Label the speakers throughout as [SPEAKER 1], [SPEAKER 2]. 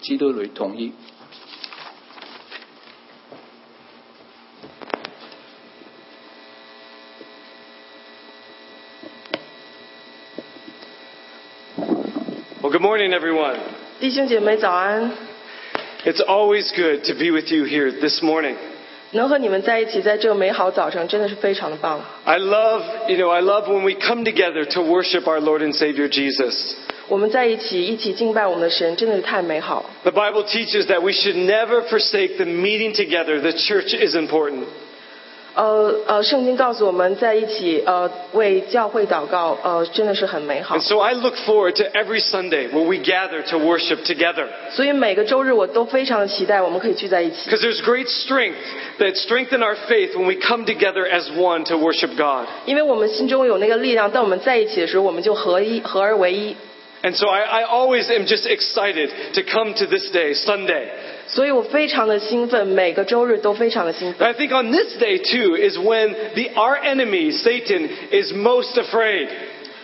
[SPEAKER 1] 基督裏同意。
[SPEAKER 2] Well, good morning, everyone.
[SPEAKER 3] 弟兄姐妹早安，
[SPEAKER 2] It's always good to be with you here this morning.
[SPEAKER 3] 能和你们在一起，在这个美好早晨，真的是非常的棒。
[SPEAKER 2] I love, you know, I love when we come together to worship our Lord and Savior Jesus.
[SPEAKER 3] 我们在一起，一起敬拜我们的神，真的是太美好。
[SPEAKER 2] The Bible teaches that we should never forsake the meeting together. The church is important.
[SPEAKER 3] 呃呃，圣经告诉我们在一起，呃，为教会祷告，呃，真的是很美好
[SPEAKER 2] And。so I look forward to every Sunday when we gather to worship together.
[SPEAKER 3] 所以每个周日我都非常的期待我们可以聚在一起，
[SPEAKER 2] Because there's great strength that strengthen our faith when we come together as one to worship God.
[SPEAKER 3] 因为我们心中有那个力量。当我们在一起的时候，我们就合一，合而为一。
[SPEAKER 2] And so I, I always am just excited to come to this day, Sunday.
[SPEAKER 3] 所以我非常的兴奋，每个周日都非常的兴奋。
[SPEAKER 2] And I think on this day too is when the, our enemy, Satan, is most afraid.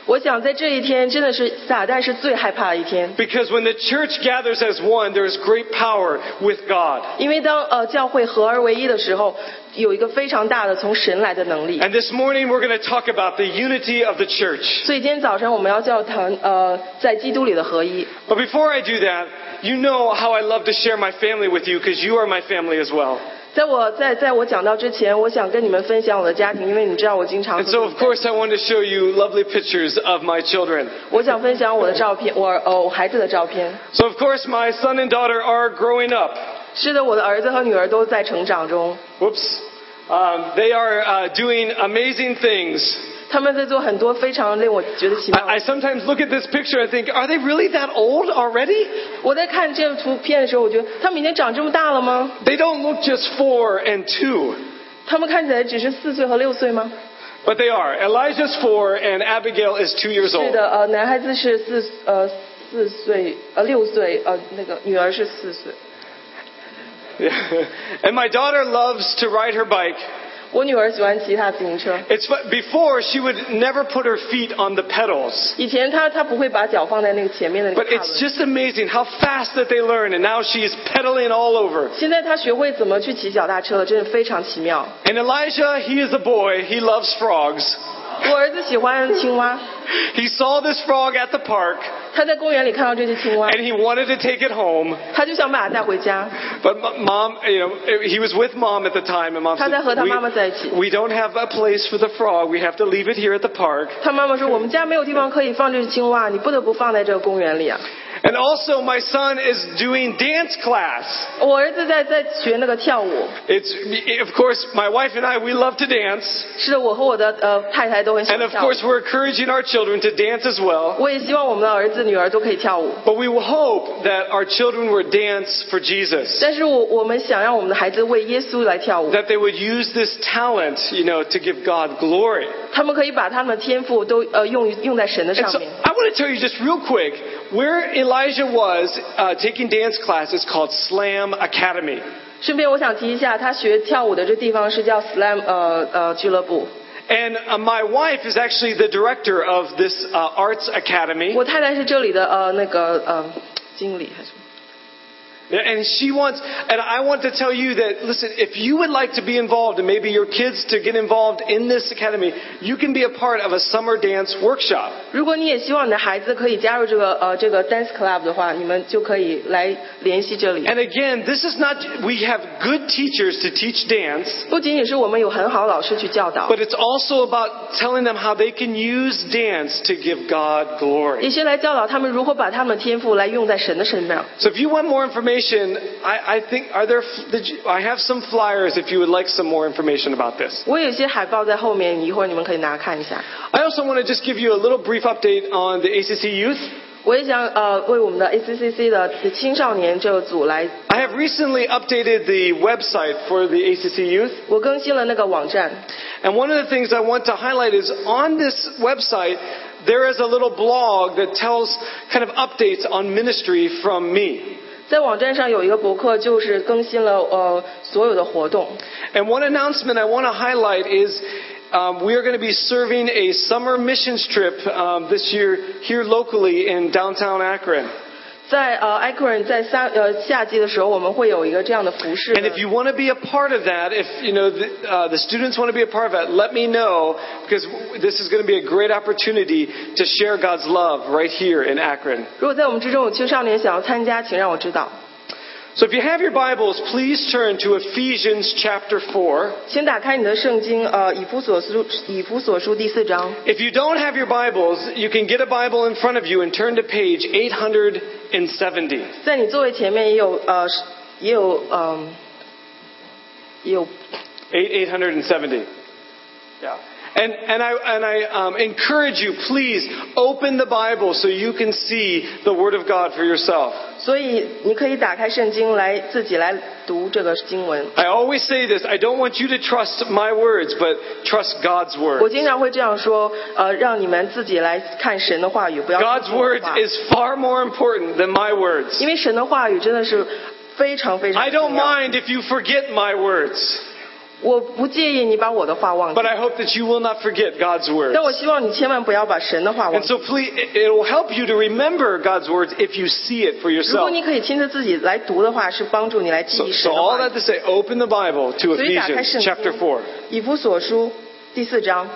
[SPEAKER 3] 我想在这一天，真的是撒旦是最害怕的一天。
[SPEAKER 2] Because when the church gathers as one, there is great power with God.
[SPEAKER 3] 因为当呃教会合而为一的时候，有一个非常大的从神来的能力。
[SPEAKER 2] And this morning we're going to talk about the unity of the church.
[SPEAKER 3] 所以今天早晨我们要教谈呃在基督里的合一。
[SPEAKER 2] But before I do that, you know how I love to share my family with you because you are my family as well.
[SPEAKER 3] 在我在在我讲到之前，我想跟你们分享我的家庭，因为你知道我经常
[SPEAKER 2] And so, of course, I wanted to show you lovely pictures of my children.
[SPEAKER 3] 我想分享我的照片，我呃我孩子的照片。
[SPEAKER 2] So, of course, my son and daughter are growing up.
[SPEAKER 3] 是的，我的儿子和女儿都在成长中，
[SPEAKER 2] Whoops. Um, they are uh, doing amazing things.
[SPEAKER 3] 他们在做很多非常令我觉得奇妙
[SPEAKER 2] I, I
[SPEAKER 3] 的。
[SPEAKER 2] sometimes look at this picture and think, are they really that old already?
[SPEAKER 3] 我在看这个图片的时候，我觉得他们已经长这么大了吗？
[SPEAKER 2] They don't look just four and two,
[SPEAKER 3] 他们看起来只是四岁和六岁吗？
[SPEAKER 2] but they are. Elijah's four and Abigail is two years
[SPEAKER 3] 是
[SPEAKER 2] old.
[SPEAKER 3] 的，呃，男孩子是四呃四岁呃六岁呃那个女儿是四岁。
[SPEAKER 2] and my daughter loves to ride her bike.
[SPEAKER 3] 我女儿喜欢骑她自行车，
[SPEAKER 2] It's fu- before she would never put her feet on the pedals.
[SPEAKER 3] 以前她她不会把脚放在那个前面的那
[SPEAKER 2] But
[SPEAKER 3] 个踏
[SPEAKER 2] it's
[SPEAKER 3] 轮。
[SPEAKER 2] just amazing how fast that they learn, and now she's pedaling all over.
[SPEAKER 3] 现在她学会怎么去骑脚踏车了，真是非常奇妙。
[SPEAKER 2] And Elijah, he is a boy. He loves frogs.
[SPEAKER 3] 我儿子喜欢 青蛙，
[SPEAKER 2] He saw this frog at the park,
[SPEAKER 3] 他在公园里看到这只青蛙，
[SPEAKER 2] and he wanted to take it home.
[SPEAKER 3] 他就想把它带回家。
[SPEAKER 2] But m- mom, you know, he was with mom at the time, and mom
[SPEAKER 3] 他在和他妈妈在一起。
[SPEAKER 2] said, we, "We don't have a place for the frog. We have to leave it here at the park."
[SPEAKER 3] 他妈妈说：“我们家没有地方可以放这只青蛙，你不得不放在这个公园里啊。
[SPEAKER 2] And also, my son is doing dance class. ”
[SPEAKER 3] 我儿子在在学那个跳舞。
[SPEAKER 2] It's of course my wife and I. We love to dance.
[SPEAKER 3] 是的，我和我的呃太太都很喜
[SPEAKER 2] And
[SPEAKER 3] 欢
[SPEAKER 2] of
[SPEAKER 3] 跳舞
[SPEAKER 2] course,。we're encouraging our children to dance as well.
[SPEAKER 3] 我也希望我们的儿子女儿都可以跳舞。
[SPEAKER 2] But we will hope that our children would dance for Jesus.
[SPEAKER 3] 但是我我们想让我们的孩子为耶稣来跳舞，
[SPEAKER 2] That they would use this talent, you know, to give God glory.
[SPEAKER 3] 他们可以把他们的天赋都呃用于用在神的
[SPEAKER 2] And
[SPEAKER 3] 上
[SPEAKER 2] so
[SPEAKER 3] 面。
[SPEAKER 2] I want to tell you just real quick where Elijah was uh, taking dance class is called Slam Academy.
[SPEAKER 3] 顺便我想提一下，他学跳舞的这地方是叫 Slam 呃呃俱乐部。
[SPEAKER 2] And uh, my wife is actually the director of this uh, arts academy.
[SPEAKER 3] 我太太是这里的呃那个呃经理还是什么？
[SPEAKER 2] And she wants, and I want to tell you that, listen, if you would like to be involved and maybe your kids to get involved in this academy, you can be a part of a summer dance workshop.
[SPEAKER 3] 如果你也希望你的孩子可以加入这个呃这个 dance club 的话，你们就可以来联系这里。
[SPEAKER 2] And again, this is not, we have good teachers to teach dance,
[SPEAKER 3] 不仅仅是我们有很好的老师去教导，
[SPEAKER 2] but it's also about telling them how they can use dance to give God
[SPEAKER 3] 也
[SPEAKER 2] glory.
[SPEAKER 3] 是来教导他们如何把他们的天赋来用在神的身上。
[SPEAKER 2] So if you want more information, I, I think, are there, did you, I have some flyers if you would like some more information about this.
[SPEAKER 3] 我有一些海报在后面，一会儿你们可以拿看一下。
[SPEAKER 2] I also want to just give you a little brief update on the ACC Youth.
[SPEAKER 3] 我也想呃为我们的 ACCC 的青少年这个组来，
[SPEAKER 2] I have recently updated the website for the ACC Youth,
[SPEAKER 3] 我更新了那个网站。
[SPEAKER 2] and one of the things I want to highlight is on this website, there is a little blog that tells kind of updates on ministry from me.
[SPEAKER 3] 在网站上有一个博客，就是更新了呃所有的活动。
[SPEAKER 2] And one announcement I want to highlight is um, we are going to be serving a summer missions trip um, this year here locally in downtown Akron.
[SPEAKER 3] 在呃 i c o r n 在三呃夏季的时候，我们会有一个这样的服饰的
[SPEAKER 2] And if you want to be a part of that, if you know the, uh, the students want to be a part of that, let me know because this is going to be a great opportunity to share God's love right here in Akron.
[SPEAKER 3] 如果在我们之中有青少年想要参加，请让我知道。
[SPEAKER 2] So if you have your Bibles, please turn to Ephesians chapter 4.
[SPEAKER 3] 请打开你的圣经，呃，以弗所书以弗所书第四章。
[SPEAKER 2] If you don't have your Bibles, you can get a Bible in front of you and turn to page 870.
[SPEAKER 3] 在你座位前面也有呃也有嗯、也有
[SPEAKER 2] Eight, 870. Yeah. And, and I, and I um, encourage you, please open the Bible so you can see the Word of God for yourself.
[SPEAKER 3] 所以你可以打开圣经来自己来读这个经文。
[SPEAKER 2] I always say this I don't want you to trust my words, but trust God's
[SPEAKER 3] 我
[SPEAKER 2] Word.
[SPEAKER 3] 经常会这样说，呃，让你们自己来看神的话语，不要
[SPEAKER 2] God's
[SPEAKER 3] 听我的
[SPEAKER 2] Word
[SPEAKER 3] 话
[SPEAKER 2] is far more important than my words.
[SPEAKER 3] 因为神的话语真的是非常非常
[SPEAKER 2] I
[SPEAKER 3] 重要。
[SPEAKER 2] don't mind if you forget my words,
[SPEAKER 3] 我不介意你把我的话忘记
[SPEAKER 2] but，I hope that you will not forget God's words.
[SPEAKER 3] 但我希望你千万不要把神的话忘
[SPEAKER 2] And
[SPEAKER 3] 记。
[SPEAKER 2] so please, it it will help you to remember God's words if you see it for
[SPEAKER 3] 如果
[SPEAKER 2] yourself.
[SPEAKER 3] 你可以亲自自己来读的话，是帮助你来记
[SPEAKER 2] So,
[SPEAKER 3] 忆
[SPEAKER 2] so
[SPEAKER 3] 神的
[SPEAKER 2] all
[SPEAKER 3] 话语
[SPEAKER 2] that。to say, open the Bible to
[SPEAKER 3] 所以打开
[SPEAKER 2] Ephesians
[SPEAKER 3] 圣
[SPEAKER 2] chapter 4.
[SPEAKER 3] 经，以弗所书第四章。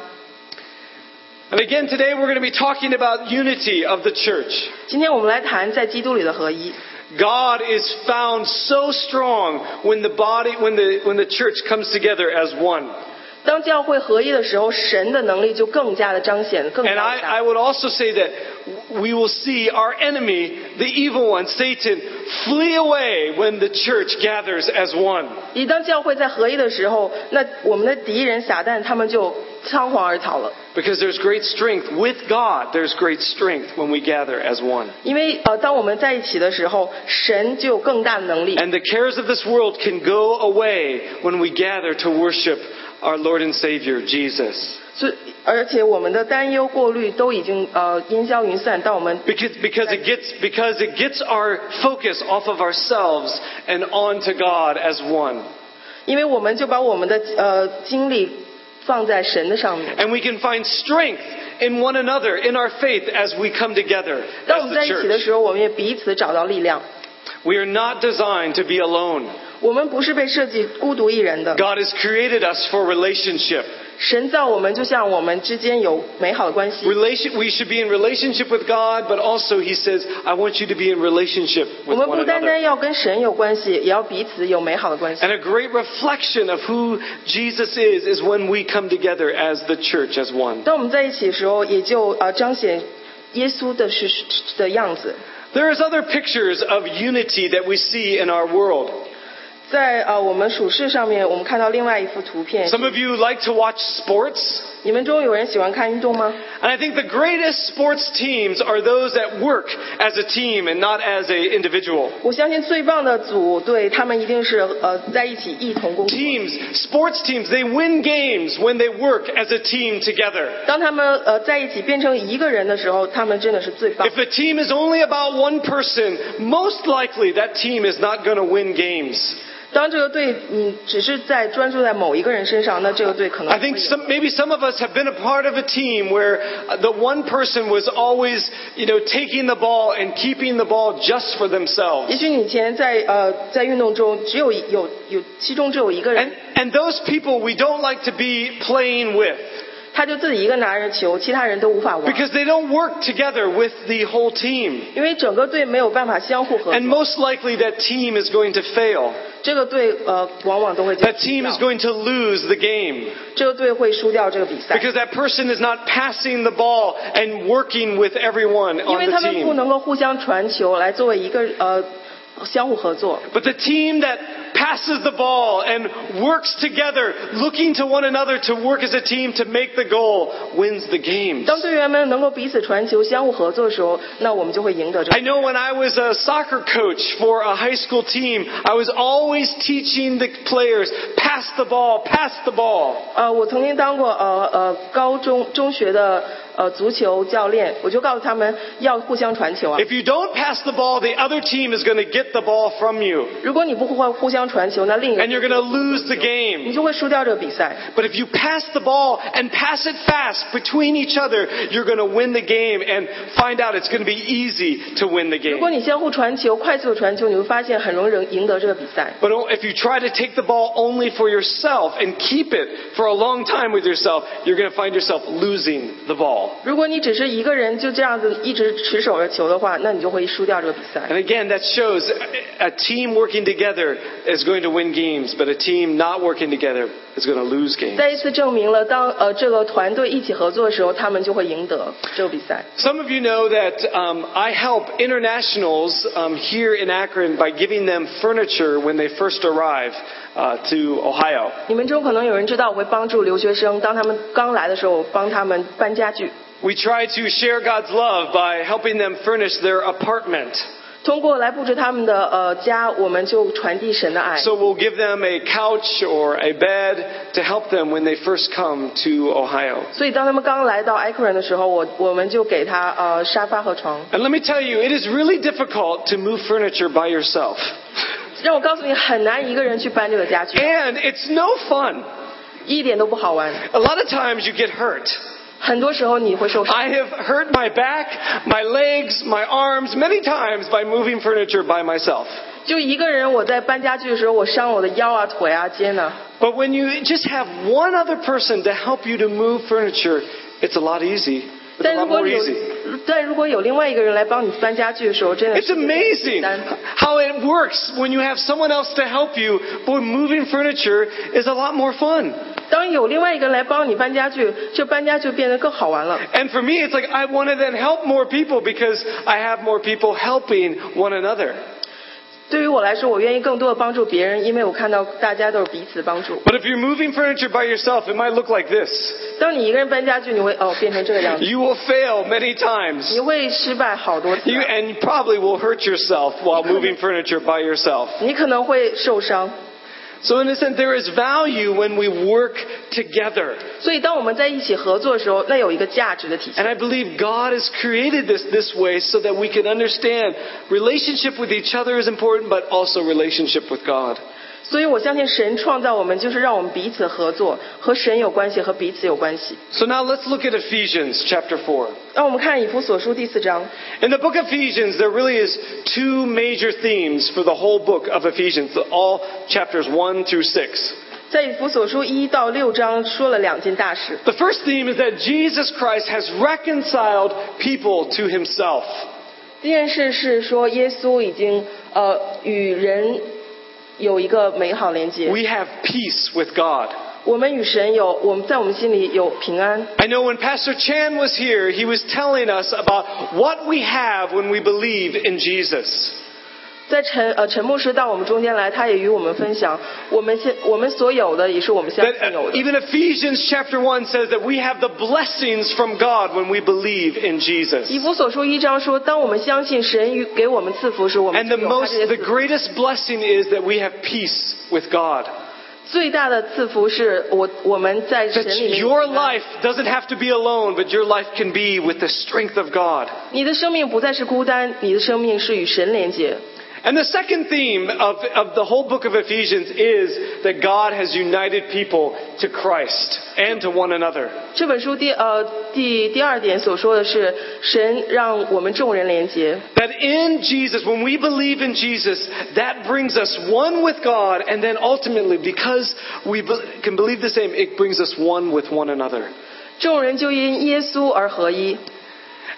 [SPEAKER 2] And again, today we're going to be talking about unity of the church.
[SPEAKER 3] 今天我们来谈在基督里的合一。
[SPEAKER 2] God is found so strong when the body, when the, when the church comes together as one.
[SPEAKER 3] 当教会合一的时候，神的能力就更加的彰显，更
[SPEAKER 2] And
[SPEAKER 3] 加
[SPEAKER 2] I,
[SPEAKER 3] 的
[SPEAKER 2] I
[SPEAKER 3] 大。
[SPEAKER 2] would also say that we will see our enemy, the evil one, Satan, flee away when the church gathers as one.
[SPEAKER 3] 一当教会在合一的时候，那我们的敌人撒旦他们就仓皇而逃了，
[SPEAKER 2] Because there's great strength with God, there's great strength when we gather as one.
[SPEAKER 3] 因为呃，当我们在一起的时候，神就有更大的能力。
[SPEAKER 2] And the cares of this world can go away when we gather to worship our Lord and Savior, Jesus.
[SPEAKER 3] 所以，而且我们的担忧、过滤都已经呃烟消云散。当我们
[SPEAKER 2] Because, because, it gets, because it gets our focus off of ourselves and onto God as one.
[SPEAKER 3] 因为我们就把我们的呃精力放在神的上面。
[SPEAKER 2] And we can find strength in one another, in our faith, as we come together
[SPEAKER 3] 当我
[SPEAKER 2] as
[SPEAKER 3] 们在
[SPEAKER 2] the
[SPEAKER 3] 一起的
[SPEAKER 2] church.
[SPEAKER 3] 时候，我们也彼此找到力量。
[SPEAKER 2] We are not designed to be alone.
[SPEAKER 3] 我们不是被设计孤独一人的，
[SPEAKER 2] God has created us for relationship.
[SPEAKER 3] 神造我们就像我们之间有美好的关系。
[SPEAKER 2] Relation, we should be in relationship with God, but also He says, I want you to be in relationship
[SPEAKER 3] 我
[SPEAKER 2] with
[SPEAKER 3] 们
[SPEAKER 2] one
[SPEAKER 3] 不单
[SPEAKER 2] another.
[SPEAKER 3] 单哎要跟神有关系，也要彼此有美好的关系。
[SPEAKER 2] And a great reflection of who Jesus is is when we come together as the church, as one.
[SPEAKER 3] 当我们在一起的时候，也就呃彰显耶稣的是的样子。
[SPEAKER 2] There is other pictures of unity that we see in our world.
[SPEAKER 3] 在呃我们属世上面，我们看到另外一幅图片。
[SPEAKER 2] Some of you like to watch sports.
[SPEAKER 3] 你们中有人喜欢看运动吗？
[SPEAKER 2] And I think the greatest sports teams are those that work as a team and not as an individual.
[SPEAKER 3] 我相信最棒的组队，他们一定是呃在一起一同工作。
[SPEAKER 2] Teams, sports teams, they win games when they work as a team together.
[SPEAKER 3] 当他们呃在一起变成一个人的时候，他们真的是最棒
[SPEAKER 2] If。a team is only about one person, most likely that team is not going to win games.
[SPEAKER 3] 当这个队嗯只是在专注在某一个人身上，那这个队可能
[SPEAKER 2] I think some, maybe some of us have been a part of a team where uh, the one person was always, you know, taking the ball and keeping the ball just for
[SPEAKER 3] 也
[SPEAKER 2] themselves.
[SPEAKER 3] 许你以前在呃在运动中只有一有有其中只有一个
[SPEAKER 2] And,
[SPEAKER 3] 人，
[SPEAKER 2] and those people we don't like to be playing with.
[SPEAKER 3] 他就自己一个拿着球，其他人都无法玩，
[SPEAKER 2] Because they don't work together with the whole team.
[SPEAKER 3] 因为整个队没有办法相互合
[SPEAKER 2] And
[SPEAKER 3] 作，
[SPEAKER 2] most likely that team is going to fail. 这
[SPEAKER 3] 这个队呃往往都会这
[SPEAKER 2] That team is
[SPEAKER 3] 样
[SPEAKER 2] going to lose the game
[SPEAKER 3] 这个队会输掉这个比赛，
[SPEAKER 2] because that person is not passing the ball and working with everyone
[SPEAKER 3] 因为
[SPEAKER 2] on
[SPEAKER 3] 他
[SPEAKER 2] the
[SPEAKER 3] 们不
[SPEAKER 2] team.
[SPEAKER 3] 能够互相传球来作为一个呃相互合作。
[SPEAKER 2] But the team that passes the ball and works together, looking to one another to work as a team to make the goal, wins the game.
[SPEAKER 3] 当队员们能够彼此传球、相互合作的时候，那我们就会赢得这个
[SPEAKER 2] I。know when I was a soccer coach for a high school team, I was always teaching the players,
[SPEAKER 3] 呃
[SPEAKER 2] pass the ball, pass the ball.
[SPEAKER 3] 呃，我曾经当过呃呃高中中学的呃足球教练，我就告诉他们要互相传球啊。
[SPEAKER 2] If you don't pass the ball, the other team is going to get the ball from you,
[SPEAKER 3] 如果你不互互相传球，那另一个
[SPEAKER 2] and you're going to lose the
[SPEAKER 3] 你
[SPEAKER 2] game.
[SPEAKER 3] 就会输掉这个比赛。
[SPEAKER 2] But if you pass the ball and pass it fast between each other, you're going to win the game and find out it's going to be easy to win the
[SPEAKER 3] 如果
[SPEAKER 2] game.
[SPEAKER 3] 你相互传球，快速的传球，你会发现很容易赢赢得这个比赛。
[SPEAKER 2] But if you try to take the ball only for yourself and keep it for a long time with yourself, you're going to find yourself losing the ball.
[SPEAKER 3] 如果你只是一个人就这样子一直持守着球的话，那你就会输掉这个比赛。
[SPEAKER 2] And again, that shows a team working together is going to win games, but a team not working together is going to lose games.
[SPEAKER 3] 再一次证明了当，呃这个团队一起合作的时候，他们就会赢得这个比赛。
[SPEAKER 2] Some of you know that um, I help internationals um, here in Akron by giving them furniture when they first arrive uh, to Ohio.
[SPEAKER 3] 你们中可能有人知道，我会帮助留学生，当他们刚来的时候，我帮他们搬家具。
[SPEAKER 2] We try to share God's love by helping them furnish their apartment.
[SPEAKER 3] 通过来布置他们的呃家，我们就传递神的爱。
[SPEAKER 2] So we'll give them a couch or a bed to help them when they first come to Ohio.
[SPEAKER 3] 所以当他们刚来到 Akron 的时候，我我们就给他呃沙发和床。
[SPEAKER 2] And let me tell you, it is really difficult to move furniture by yourself.
[SPEAKER 3] 让我告诉你，很难一个人去搬这个家具，
[SPEAKER 2] And it's no fun.
[SPEAKER 3] 一点都不好玩。
[SPEAKER 2] A lot of times you get hurt.
[SPEAKER 3] 很多时候你会受伤。
[SPEAKER 2] I have hurt my back, my legs, my arms many times by moving furniture by myself.
[SPEAKER 3] 就一个人我在搬家具的时候，我伤了我的腰啊、腿啊、肩呐、
[SPEAKER 2] But when you just have one other person to help you to move furniture, it's a lot easy. It's a
[SPEAKER 3] 但如
[SPEAKER 2] lot
[SPEAKER 3] 果
[SPEAKER 2] more
[SPEAKER 3] 有
[SPEAKER 2] easy.
[SPEAKER 3] 但如果有另外一个人来帮你搬家具的时候，真的
[SPEAKER 2] It's
[SPEAKER 3] 是
[SPEAKER 2] amazing how it works when you have someone else to help you. Boy, moving furniture is a lot more fun.
[SPEAKER 3] 当有另外一个人来帮你搬家具，这搬家就变得更好玩了。
[SPEAKER 2] And for me, it's like I want to then help more people because I have more people helping one another.
[SPEAKER 3] 对于我来说，我愿意更多的帮助别人，因为我看到大家都是彼此帮助。
[SPEAKER 2] But if you're moving furniture by yourself, it might look like this.
[SPEAKER 3] 当你一个人搬家具，你会哦变成这个样子，
[SPEAKER 2] You will fail many times.
[SPEAKER 3] 你会失败好多次啊
[SPEAKER 2] You,，and you probably will hurt yourself while moving furniture by yourself.
[SPEAKER 3] 你可能会受伤。
[SPEAKER 2] So in a sense, there is value when we work together.
[SPEAKER 3] 所以，当我们在一起合作的时候，那有一个价值的体现
[SPEAKER 2] And。I believe God has created this this way so that we can understand relationship with each other is important, but also relationship with God.
[SPEAKER 3] 所以我相信神创造我们，就是让我们彼此合作，和神有关系，和彼此有关系。
[SPEAKER 2] So now let's look at Ephesians chapter 4.
[SPEAKER 3] 让我们看以弗所书第四章。
[SPEAKER 2] In the book of Ephesians, there really is two major themes for the whole book of Ephesians, all chapters 1 through 6.
[SPEAKER 3] 在以弗所书一到六章说了两件大事。
[SPEAKER 2] The first theme is that Jesus Christ has reconciled people to himself.
[SPEAKER 3] 第一件事是说耶稣已经呃与人有一个美好连接，
[SPEAKER 2] We have peace with God.
[SPEAKER 3] 我们与神有我们在我们心里有平安。
[SPEAKER 2] I know when Pastor Chan was here, he was telling us about what we have when we believe in Jesus.
[SPEAKER 3] 在陈呃陈牧师到我们中间来，他也与我们分享我们现我们所有的也是我们相
[SPEAKER 2] That
[SPEAKER 3] 信有
[SPEAKER 2] uh,
[SPEAKER 3] 的。
[SPEAKER 2] even Ephesians chapter 1 says that we have the blessings from God when we believe in Jesus.
[SPEAKER 3] 以弗所书一章说，当我们相信神与给我们赐福时，我们
[SPEAKER 2] And
[SPEAKER 3] 就
[SPEAKER 2] the
[SPEAKER 3] 有他
[SPEAKER 2] most,
[SPEAKER 3] 这些
[SPEAKER 2] the
[SPEAKER 3] 赐福
[SPEAKER 2] greatest blessing is that we have peace with God.
[SPEAKER 3] 最大的赐福是我我们在神
[SPEAKER 2] That
[SPEAKER 3] 里面有
[SPEAKER 2] your
[SPEAKER 3] 平安
[SPEAKER 2] life doesn't have to be alone, but your life can be with the strength of God.
[SPEAKER 3] 你的生命不再是孤单，你的生命是与神连接。
[SPEAKER 2] And the second theme of, of the whole book of Ephesians is that God has united people to Christ and to one another.
[SPEAKER 3] 这本书第呃第第二点所说的是，神让我们众人连接。
[SPEAKER 2] That in Jesus, when we believe in Jesus, that brings us one with God, and then ultimately, because we be- can believe the same, it brings us one with one another.
[SPEAKER 3] 众人就因耶稣而合一，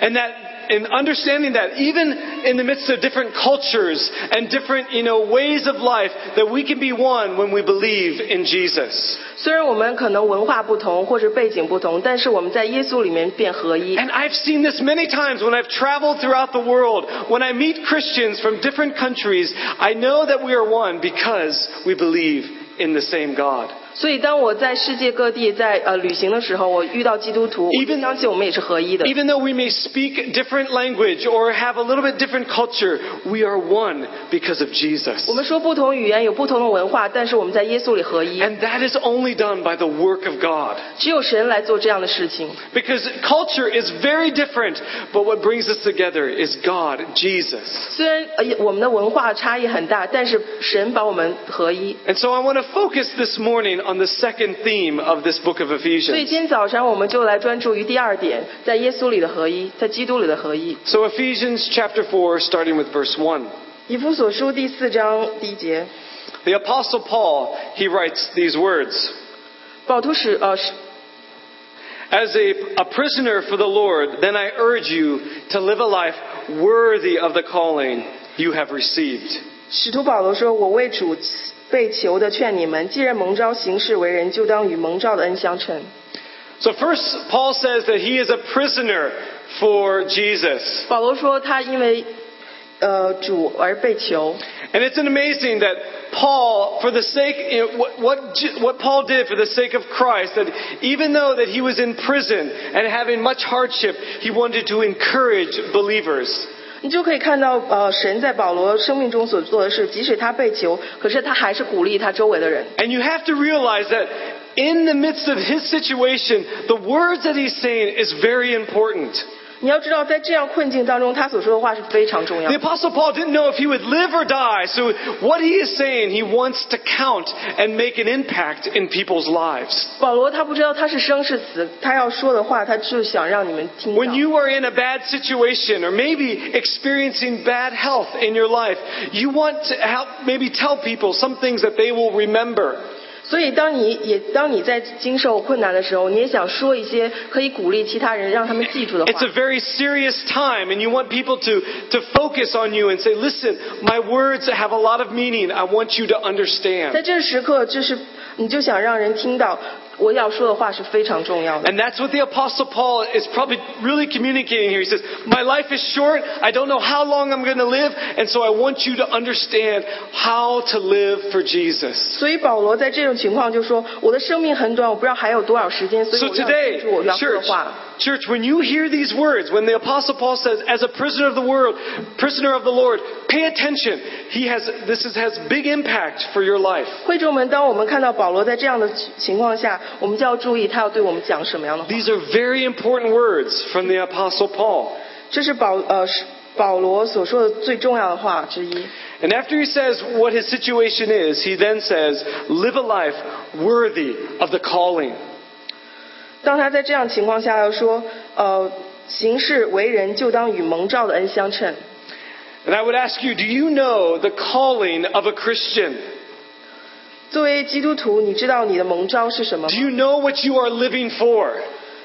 [SPEAKER 2] And that, in understanding that, even in the midst of different cultures and different, you know, ways of life, that we can be one when we believe in Jesus.
[SPEAKER 3] 虽然我们可能文化不同或者背景不同，但是我们在耶稣里面便合一。
[SPEAKER 2] And I've seen this many times when I've traveled throughout the world. When I meet Christians from different countries, I know that we are one because we believe in the same God.
[SPEAKER 3] 所以当我在世界各地在呃旅行的时候，我遇到基督徒，我
[SPEAKER 2] Even-
[SPEAKER 3] 就相信我们也是合一的。
[SPEAKER 2] Even though we may speak different language or have a little bit different culture, we are one because of Jesus.
[SPEAKER 3] 我们说不同语言有不同的文化，但是我们在耶稣里合一。
[SPEAKER 2] And that is only done by the work of God.
[SPEAKER 3] 只有神来做这样的事情。
[SPEAKER 2] Because culture is very different, but what brings us together is God, Jesus.
[SPEAKER 3] 虽然呃我们的文化差异很大，但是神把我们合一。
[SPEAKER 2] And so I want to focus this morning on the second theme of this book of
[SPEAKER 3] 所以
[SPEAKER 2] Ephesians.
[SPEAKER 3] 今天早上我们就来专注于第二点，在耶稣里的合一，在基督里的合一。
[SPEAKER 2] So Ephesians chapter 4, starting with verse 1.
[SPEAKER 3] 以弗所书第四章第一节，
[SPEAKER 2] The apostle Paul, he writes these words.
[SPEAKER 3] 保徒使呃是
[SPEAKER 2] As a, a prisoner for the Lord, then I urge you to live a life worthy of the calling you have received.
[SPEAKER 3] 使徒保罗说：“我为主被囚的劝你们，既然蒙召行事为人，就当与蒙召的恩相称。
[SPEAKER 2] So, first, Paul says that he is a prisoner for Jesus. ”
[SPEAKER 3] 保罗说他因为呃主而被囚，
[SPEAKER 2] And it's an amazing that Paul, for the sake, you know, what, what, J- what Paul did for the sake of Christ, that even though that he was in prison and having much hardship, he wanted to encourage believers.
[SPEAKER 3] 你就可以看到，呃，神在保罗生命中所做的事，即使他被囚，可是他还是鼓励他周围的人。
[SPEAKER 2] And you have to realize that in the midst of his situation, the words that he's saying is very important.
[SPEAKER 3] 你要知道，在这样困境当中，他所说的话是非常重要
[SPEAKER 2] The
[SPEAKER 3] 的。
[SPEAKER 2] Apostle Paul didn't know if he would live or die, so what he is saying, he wants to count and make an impact in people's lives.
[SPEAKER 3] 保罗他不知道他是生是死，他要说的话，他就想让你们听
[SPEAKER 2] When
[SPEAKER 3] 到。
[SPEAKER 2] you are in a bad situation or maybe experiencing bad health in your life, you want to help maybe tell people some things that they will remember.
[SPEAKER 3] 所以，当你也当你在经受困难的时候，你也想说一些可以鼓励其他人，让他们记住的
[SPEAKER 2] It's
[SPEAKER 3] 话
[SPEAKER 2] a。very serious time, and you want people to, to focus on you and say, Listen, my words have a lot of meaning. I want you to
[SPEAKER 3] 在
[SPEAKER 2] understand.
[SPEAKER 3] 这时刻，就是你就想让人听到我要说的话是非常重要的。
[SPEAKER 2] And that's what the Apostle Paul is probably really communicating here. He says, My life is short. I don't know how long I'm going to live, and so I want you to understand how to live for Jesus.
[SPEAKER 3] 所以保罗在这种情况就说：“我的生命很短，我不知道还有多少时间，所以
[SPEAKER 2] So
[SPEAKER 3] 我要记
[SPEAKER 2] today,
[SPEAKER 3] 住我要说的
[SPEAKER 2] church,
[SPEAKER 3] 话。”
[SPEAKER 2] church, when you hear these words, when the Apostle Paul says, "As a prisoner of the world, prisoner of the Lord," pay attention. He has this is, has big impact for your life.
[SPEAKER 3] 会众们，当我们看到保罗在这样的情况下，我们就要注意他要对我们讲什么样的话。
[SPEAKER 2] These are very important words from the Apostle Paul.
[SPEAKER 3] 这是保呃是保罗所说的最重要的话之一。
[SPEAKER 2] And after he says what his situation is, he then says, Live a life worthy of the calling.
[SPEAKER 3] 当他在这样情况下要说，呃，行事为人就当与蒙召的恩相称。
[SPEAKER 2] And I would ask you, do you know the calling of a Christian?
[SPEAKER 3] 作为基督徒，你知道你的蒙召是什么
[SPEAKER 2] Do
[SPEAKER 3] 吗？
[SPEAKER 2] you know what you are living for?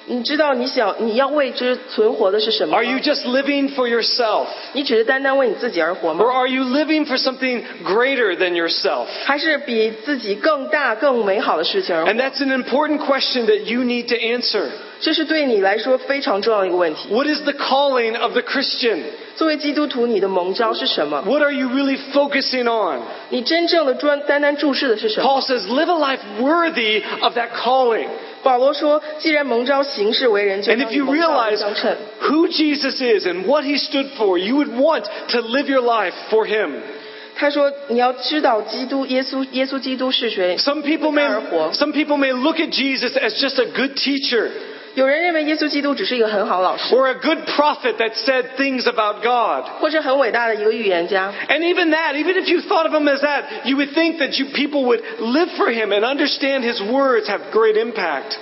[SPEAKER 3] 你知道你想你要为之存活的是什么
[SPEAKER 2] Are
[SPEAKER 3] 吗
[SPEAKER 2] you just living for yourself?
[SPEAKER 3] 你只是单单为你自己而活吗
[SPEAKER 2] Or？are you living for something greater than yourself?
[SPEAKER 3] 还是比自己更大、更美好的事情而活？
[SPEAKER 2] And that's an important question that you need to answer.
[SPEAKER 3] 这是对你来说非常重要的一个问题。
[SPEAKER 2] What is the calling of the Christian?
[SPEAKER 3] 作为基督徒，你的蒙召是什么？
[SPEAKER 2] What are you really focusing on?
[SPEAKER 3] 你真正的专单单注视的是什么？
[SPEAKER 2] Paul says, live a life worthy of that calling.
[SPEAKER 3] 保罗说：“既然蒙召行事为人，就
[SPEAKER 2] And
[SPEAKER 3] 当
[SPEAKER 2] if
[SPEAKER 3] 与
[SPEAKER 2] you
[SPEAKER 3] 蒙召
[SPEAKER 2] realize
[SPEAKER 3] 相称。
[SPEAKER 2] who Jesus is and what he stood for, you would want to live your life for him. ”
[SPEAKER 3] 他说：“你要知道基督耶稣，耶稣基督是谁？
[SPEAKER 2] Some people may,
[SPEAKER 3] 为他而活。
[SPEAKER 2] some people may look at Jesus as just a good teacher
[SPEAKER 3] 有人认为耶稣基督只是一个很好的老师，
[SPEAKER 2] or a good prophet that said things about God.
[SPEAKER 3] 或是很伟大的一个预言家。
[SPEAKER 2] And even that, even if you thought of him as that, you would think that you people would live for him and understand his words have great impact.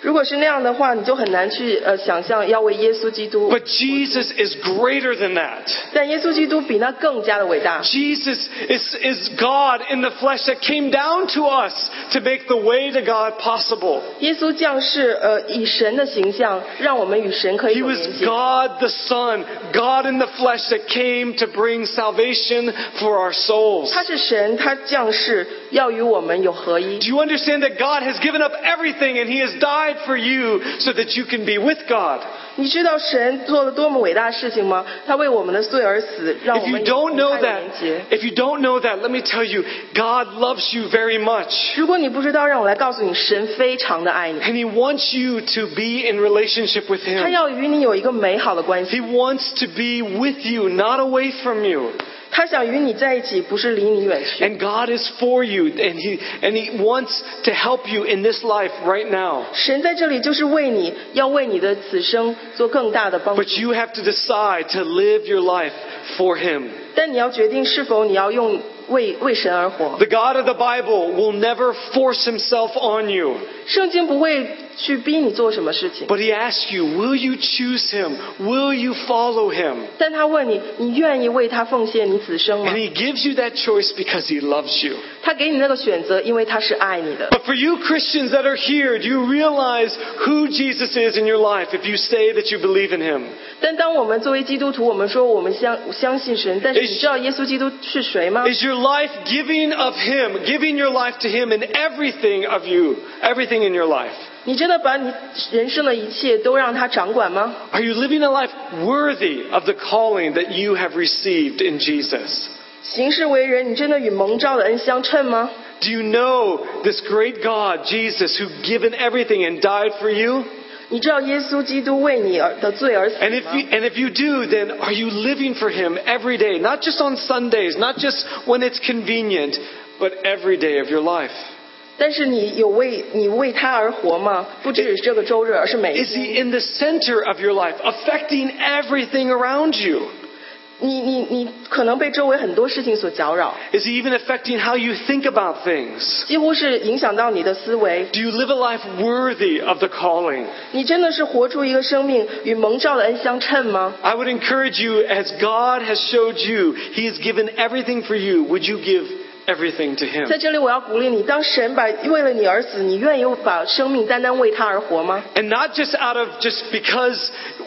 [SPEAKER 3] 如果是那样的话，你就很难去呃想象要为耶稣基督。
[SPEAKER 2] But Jesus is greater than that.
[SPEAKER 3] 但耶稣基督比那更加的伟大。
[SPEAKER 2] Jesus is, is God in the flesh that came down to us to make the way to God possible.
[SPEAKER 3] 耶稣降世，呃，以神的形象，让我们与神可以
[SPEAKER 2] He
[SPEAKER 3] 有
[SPEAKER 2] was
[SPEAKER 3] 联系。
[SPEAKER 2] God the Son, God in the flesh that came to bring salvation for our souls.
[SPEAKER 3] 他是神，他降世要与我们有合一。
[SPEAKER 2] Do you understand that God has given up everything and He has died died for you so that you can be with God.
[SPEAKER 3] 你知道神做了多么伟大的事情吗？他为我们的罪而死，让我
[SPEAKER 2] If
[SPEAKER 3] 们
[SPEAKER 2] you
[SPEAKER 3] 与他
[SPEAKER 2] don't know
[SPEAKER 3] 连
[SPEAKER 2] that,
[SPEAKER 3] 接。
[SPEAKER 2] if you don't know that, let me tell you, God loves you very much.
[SPEAKER 3] 如果你不知道，让我来告诉你，神非常的爱你，
[SPEAKER 2] And He wants you to be in relationship with
[SPEAKER 3] 他
[SPEAKER 2] Him.
[SPEAKER 3] 要与你有一个美好的关
[SPEAKER 2] He
[SPEAKER 3] 系，
[SPEAKER 2] wants to be with you, not away from you.
[SPEAKER 3] 他想与你在一起，不是离你远去。
[SPEAKER 2] And God is for you, and He, and he wants to help you in this life right now.
[SPEAKER 3] 神在这里就是为你要为你的此生做更大的帮助
[SPEAKER 2] But，you have to decide to live your life for Him.
[SPEAKER 3] 但你要决定是否你要用为为神而活。
[SPEAKER 2] The God of the Bible will never force Himself on you,
[SPEAKER 3] 圣经不会去逼你做什么事情，
[SPEAKER 2] but He asks you, will you choose Him? Will you follow Him?
[SPEAKER 3] 但他问你，你愿意为他奉献你此生吗
[SPEAKER 2] And？he gives you that choice because he loves you.
[SPEAKER 3] 他给你那个选择，因为他是爱你的。
[SPEAKER 2] But for you Christians that are here, do you realize who Jesus is in your life if you say that you believe in him?
[SPEAKER 3] 但当我们作为基督徒，我们说我们相相信神，但是你
[SPEAKER 2] Is-
[SPEAKER 3] 知道耶稣基督哎是谁吗？
[SPEAKER 2] Is your life giving of him, giving your life to him in everything of you, everything in your life?
[SPEAKER 3] 你真的把你人生的一切都让他掌管吗？
[SPEAKER 2] Are you living a life worthy of the calling that you have received in Jesus?
[SPEAKER 3] 行事为人，你真的与蒙召的恩相称吗？
[SPEAKER 2] Do you know this great God, Jesus, who given everything and died for you?
[SPEAKER 3] 你知道耶稣基督为你而的罪而死
[SPEAKER 2] And if
[SPEAKER 3] 吗？
[SPEAKER 2] you, and if you do, then are you living for Him every day? Not just on Sundays, not just when it's convenient, but every day of your life.
[SPEAKER 3] 但是你有为你为他而活吗？不只是这个周日，而哎是每一
[SPEAKER 2] Is
[SPEAKER 3] 天。
[SPEAKER 2] He in the center of your life, affecting everything around you?
[SPEAKER 3] 你你你可能被周围很多事情所搅扰，
[SPEAKER 2] Is He even affecting how you think about things?
[SPEAKER 3] 几乎是影响到你的思维。
[SPEAKER 2] Do you live a life worthy of the calling?
[SPEAKER 3] 你真的是活出一个生命与蒙召的恩相称吗？
[SPEAKER 2] I would encourage you, as God has showed you, He has given everything for you. Would you give everything to Him?
[SPEAKER 3] 在这里，我要鼓励你：当神把为了你而死，你愿意把生命单单为他而活吗？
[SPEAKER 2] And not just out of just because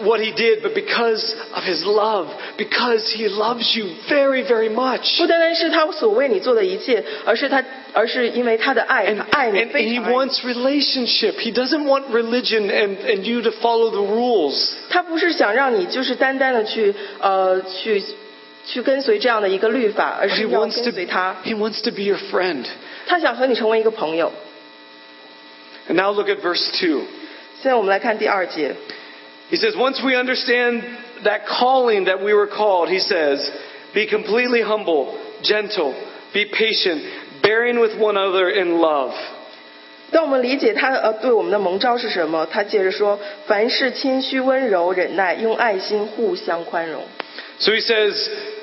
[SPEAKER 2] what he did, but because of his love, because he loves you very, very much.
[SPEAKER 3] 不单单是他所为你做的一切，而是他，而是因为他的爱，
[SPEAKER 2] And,
[SPEAKER 3] 他爱
[SPEAKER 2] and,
[SPEAKER 3] 你
[SPEAKER 2] and
[SPEAKER 3] 非
[SPEAKER 2] he
[SPEAKER 3] 常爱你
[SPEAKER 2] wants relationship. He doesn't want religion and, and you to follow the rules.
[SPEAKER 3] 他不是想让你就是单单的去呃去去跟随这样的一个律法，而
[SPEAKER 2] But
[SPEAKER 3] 是
[SPEAKER 2] he
[SPEAKER 3] 要
[SPEAKER 2] wants
[SPEAKER 3] 跟随他
[SPEAKER 2] to,。he wants to be your friend.
[SPEAKER 3] 他想和你成为一个朋友。
[SPEAKER 2] And now look at verse 2.
[SPEAKER 3] 现在我们来看第二节，
[SPEAKER 2] He says, once we understand that calling that we were called, he says, be completely humble, gentle, be patient, bearing with one another in love.
[SPEAKER 3] 当我们理解他呃对我们的蒙召是什么，他接着说：凡事谦虚、温柔、忍耐，用爱心互相宽容。
[SPEAKER 2] So he says,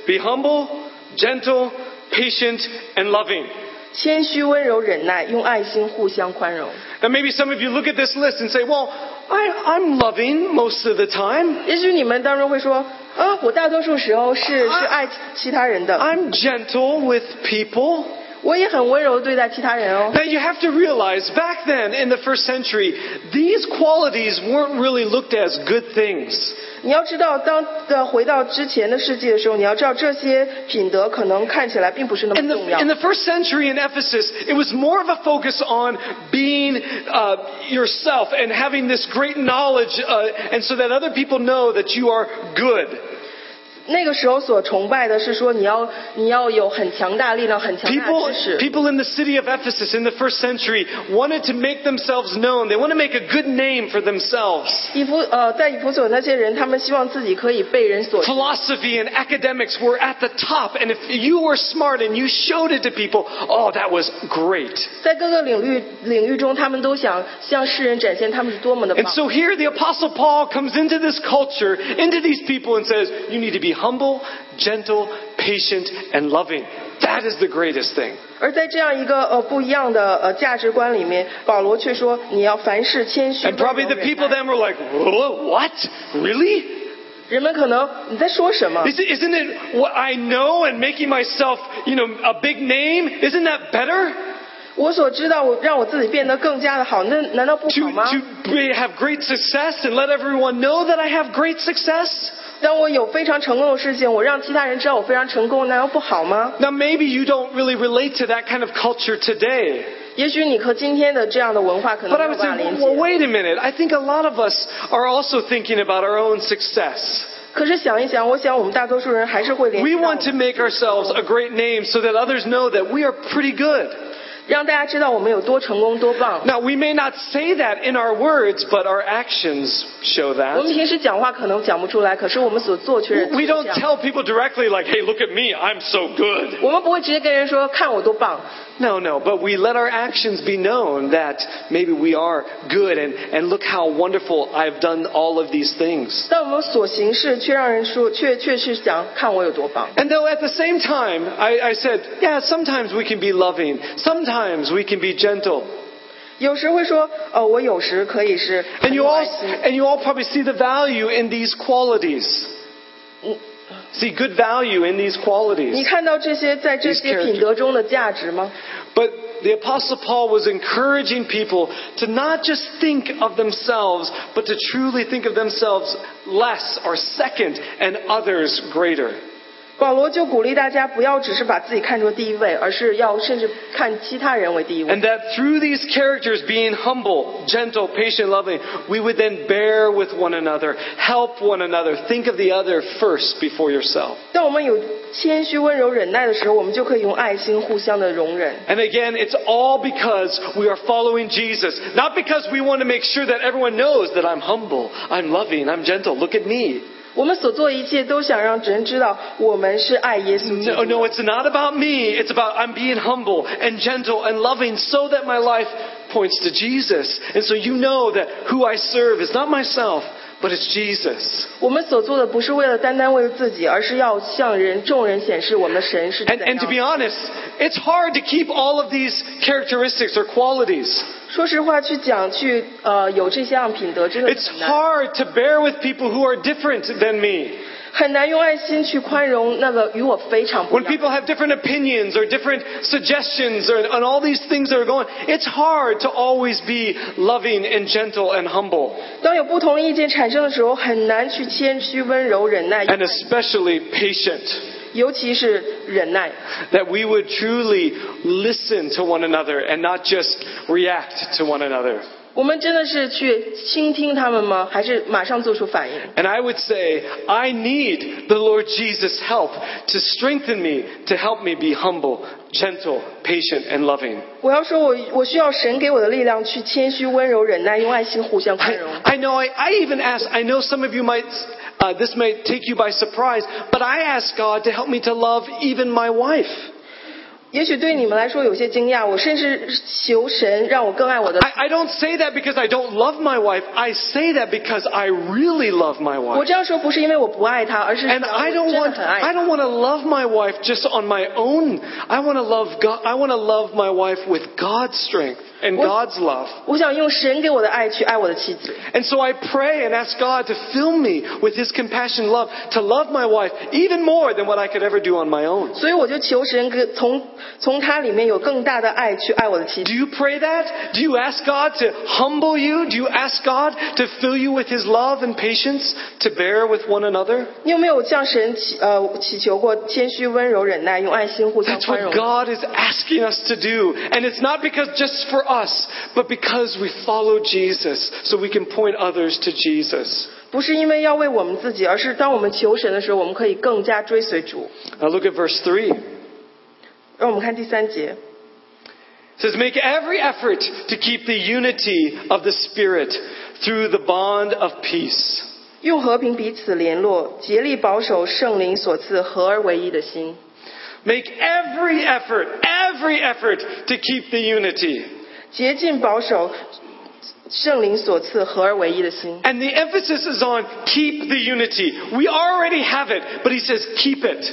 [SPEAKER 2] be humble, gentle, patient, and loving.
[SPEAKER 3] 谦虚、温柔、忍耐，用爱心互相宽容。
[SPEAKER 2] Now maybe some of you look at this list and say, well, I, I'm loving most of the time.
[SPEAKER 3] 也许你们当中会说：啊，我大多数时候是是爱其他人的，
[SPEAKER 2] I'm gentle with people.
[SPEAKER 3] 我也很温柔地对待其他人哦。
[SPEAKER 2] Now you have to realize back then in the first century, these qualities weren't really looked at as good things.
[SPEAKER 3] 你要知道，当的回到之前的世界的时候，你要知道这些品德可能看起来并不是那
[SPEAKER 2] In
[SPEAKER 3] 么
[SPEAKER 2] the,
[SPEAKER 3] 重要
[SPEAKER 2] in。the first century in Ephesus, it was more of a focus on being uh, yourself and having this great knowledge, uh, and so that other people know that you are good.
[SPEAKER 3] 那个时候所崇拜的是说，你要你要有很强大力量、很强大
[SPEAKER 2] People,
[SPEAKER 3] 的知识。
[SPEAKER 2] people in the city of Ephesus in the first century wanted to make themselves known. They want to make a good name for themselves.
[SPEAKER 3] 以弗呃，在以弗所那些人，他们希望自己可以被人所
[SPEAKER 2] Philosophy and academics were at the top, and if you were smart and you showed it to people, oh, that was great.
[SPEAKER 3] 在各个领域领域中，他们都想向世人展现他们是多么的
[SPEAKER 2] And
[SPEAKER 3] 棒。
[SPEAKER 2] so here the Apostle Paul comes into this culture, into these people, and says, You need to be humble, gentle, patient, and loving. That is the greatest thing.
[SPEAKER 3] 而在这样一个呃不一样的呃价值观里面，保罗却说你要凡事谦虚。
[SPEAKER 2] And
[SPEAKER 3] 包容
[SPEAKER 2] probably the
[SPEAKER 3] 忍
[SPEAKER 2] people
[SPEAKER 3] 耐
[SPEAKER 2] then were like, Whoa, what? Really?
[SPEAKER 3] 人们可能你在说什么？
[SPEAKER 2] Is- Isn't it what I know and making myself, you know, a big name? Isn't that better?
[SPEAKER 3] 我所知道，我让我自己变得更加的好，那难道不
[SPEAKER 2] to,
[SPEAKER 3] 好吗？
[SPEAKER 2] to be, have great success and let everyone know that I have great success?
[SPEAKER 3] 当我有非常成功的事情，我让其他人知道我非常成功，难道不好吗？
[SPEAKER 2] Now, maybe you don't really relate to that kind of culture today.
[SPEAKER 3] 也许你和今天的这样的文化可能
[SPEAKER 2] But I
[SPEAKER 3] 没有
[SPEAKER 2] would
[SPEAKER 3] 办法
[SPEAKER 2] say,
[SPEAKER 3] 连
[SPEAKER 2] well,
[SPEAKER 3] 接。
[SPEAKER 2] wait a minute. I think a lot of us are also thinking about our own success.
[SPEAKER 3] 可是想一想，我想我们大多数人还是会联
[SPEAKER 2] We
[SPEAKER 3] 系到我
[SPEAKER 2] want
[SPEAKER 3] 们
[SPEAKER 2] to make ourselves a great name so that others know that we are pretty good.
[SPEAKER 3] 让大家知道我们有多成功、多棒。
[SPEAKER 2] Now, we may not say that in our words, but our actions show
[SPEAKER 3] 我们
[SPEAKER 2] that.
[SPEAKER 3] 平时讲话可能讲不出来，可是我们所做却是
[SPEAKER 2] We
[SPEAKER 3] 这
[SPEAKER 2] don't
[SPEAKER 3] 样
[SPEAKER 2] tell people directly, like, hey, look at me, I'm so good.
[SPEAKER 3] 我们不会直接跟人说看我多棒，
[SPEAKER 2] No, no, but we let our actions be known that maybe we are good and, and look how wonderful I've done all of these things.
[SPEAKER 3] 但我们所行事却让人说却却是想看我有多棒。
[SPEAKER 2] And though at the same time, I, I said, yeah, sometimes we can be loving, sometimes we can be gentle.
[SPEAKER 3] 有时会说哦，我有时可以是
[SPEAKER 2] And
[SPEAKER 3] 很
[SPEAKER 2] you
[SPEAKER 3] 有
[SPEAKER 2] all,
[SPEAKER 3] 爱心。
[SPEAKER 2] and you all probably see the value in these qualities. See good value in these
[SPEAKER 3] 你
[SPEAKER 2] qualities.
[SPEAKER 3] 看到这些在这
[SPEAKER 2] These
[SPEAKER 3] 些
[SPEAKER 2] characters-
[SPEAKER 3] 品德中的价值吗？
[SPEAKER 2] But the Apostle Paul was encouraging people to not just think of themselves, but to truly think of themselves less or second and others greater.
[SPEAKER 3] 保罗就鼓励大家不要只是把自己看作第一位，而是要甚至看其他人为第一位。
[SPEAKER 2] And that through these characters being humble, gentle, patient, loving, we would then bear with one another, help one another, think of the other first before yourself.
[SPEAKER 3] 当我们有谦虚、温柔、忍耐的时候，我们就可以用爱心互相的容忍。
[SPEAKER 2] And again, it's all because we are following Jesus. Not because we want to make sure that everyone knows that I'm humble, I'm loving, I'm gentle, look at me.
[SPEAKER 3] 我们所做一切都想让人知道我们是爱耶稣基
[SPEAKER 2] No,
[SPEAKER 3] 督的。
[SPEAKER 2] no, it's not about me. It's about I'm being humble and gentle and loving so that my life points to Jesus. And so you know that who I serve is not myself, but it's Jesus.
[SPEAKER 3] 我们所做的不是为了单单为了自己，而是要向人众人显示我们的神是怎
[SPEAKER 2] And,
[SPEAKER 3] 样
[SPEAKER 2] and to
[SPEAKER 3] 的。
[SPEAKER 2] be honest, it's hard to keep all of these characteristics or qualities.
[SPEAKER 3] 说实话，去讲去呃有这项品德真的
[SPEAKER 2] It's
[SPEAKER 3] 很难，
[SPEAKER 2] hard to bear with people who are different than me.
[SPEAKER 3] 很难用爱心去宽容那个与我非常不一
[SPEAKER 2] When
[SPEAKER 3] 样的
[SPEAKER 2] people
[SPEAKER 3] 人。
[SPEAKER 2] have different opinions or different suggestions or, and all these things that are going, it's hard to always be loving and gentle and humble.
[SPEAKER 3] 当有不同意见产生的时候，很难去谦虚、温柔、忍耐，
[SPEAKER 2] and especially patient,
[SPEAKER 3] 尤其是忍耐。
[SPEAKER 2] that we would truly listen to one another and not just react to one another.
[SPEAKER 3] 我们真的是去倾听他们吗？还是马上做出反应？
[SPEAKER 2] And I would say, I need the Lord Jesus' help to strengthen me, to help me be humble, gentle, patient, and loving.
[SPEAKER 3] 我要说我，我需要神给我的力量去谦虚、温柔、忍耐，用爱心互相 宽容。
[SPEAKER 2] I, I know, I, I even ask, I know some of you might, uh, this may take you by surprise, but I ask God to help me to love even my wife.
[SPEAKER 3] 也许对你们来说有些惊讶，我甚至求神让我更爱我的。
[SPEAKER 2] I, I don't say that because I don't love my wife. I say that because I really love my
[SPEAKER 3] 我
[SPEAKER 2] wife.
[SPEAKER 3] 这样说不是因为我不爱他，而是
[SPEAKER 2] And
[SPEAKER 3] 我
[SPEAKER 2] I
[SPEAKER 3] 真
[SPEAKER 2] don't
[SPEAKER 3] 的
[SPEAKER 2] want
[SPEAKER 3] 很
[SPEAKER 2] I
[SPEAKER 3] 爱她。
[SPEAKER 2] don't want to love my wife just on my own. I want to love God. I want to love my wife with God's strength and
[SPEAKER 3] Well-
[SPEAKER 2] God's love.
[SPEAKER 3] 我想用神给我的爱去爱我的妻子。
[SPEAKER 2] And so I pray and ask God to fill me with His compassion, love to love my wife even more than what I could ever do on my own.
[SPEAKER 3] 所以我就求神给从从他里面有更大的爱去爱我的妻子
[SPEAKER 2] Do。you pray that? Do you ask God to humble you? Do you ask God to fill you with His love and patience to bear with one another?
[SPEAKER 3] 你有没有向神祈呃祈求过谦虚、温柔、忍耐，用爱心互相
[SPEAKER 2] That's
[SPEAKER 3] 宽容
[SPEAKER 2] what？God is asking us to do. And it's not because just for us, but because we follow Jesus so we can point others to Jesus.
[SPEAKER 3] 不是因为要为我们自己，而是当我们求神的时候，我们可以更加追随主。
[SPEAKER 2] Now look at verse 3. It
[SPEAKER 3] 让我们看第三节，
[SPEAKER 2] says, Make every effort to keep the unity of the Spirit through the bond of peace.
[SPEAKER 3] 用和平彼此联络，竭力保守圣灵所赐合而为一的心。
[SPEAKER 2] Make every effort, every effort to keep the unity.
[SPEAKER 3] 竭尽保守圣灵所赐合而为一的心。
[SPEAKER 2] And the emphasis is on keep the unity. We already have it, but he says keep it.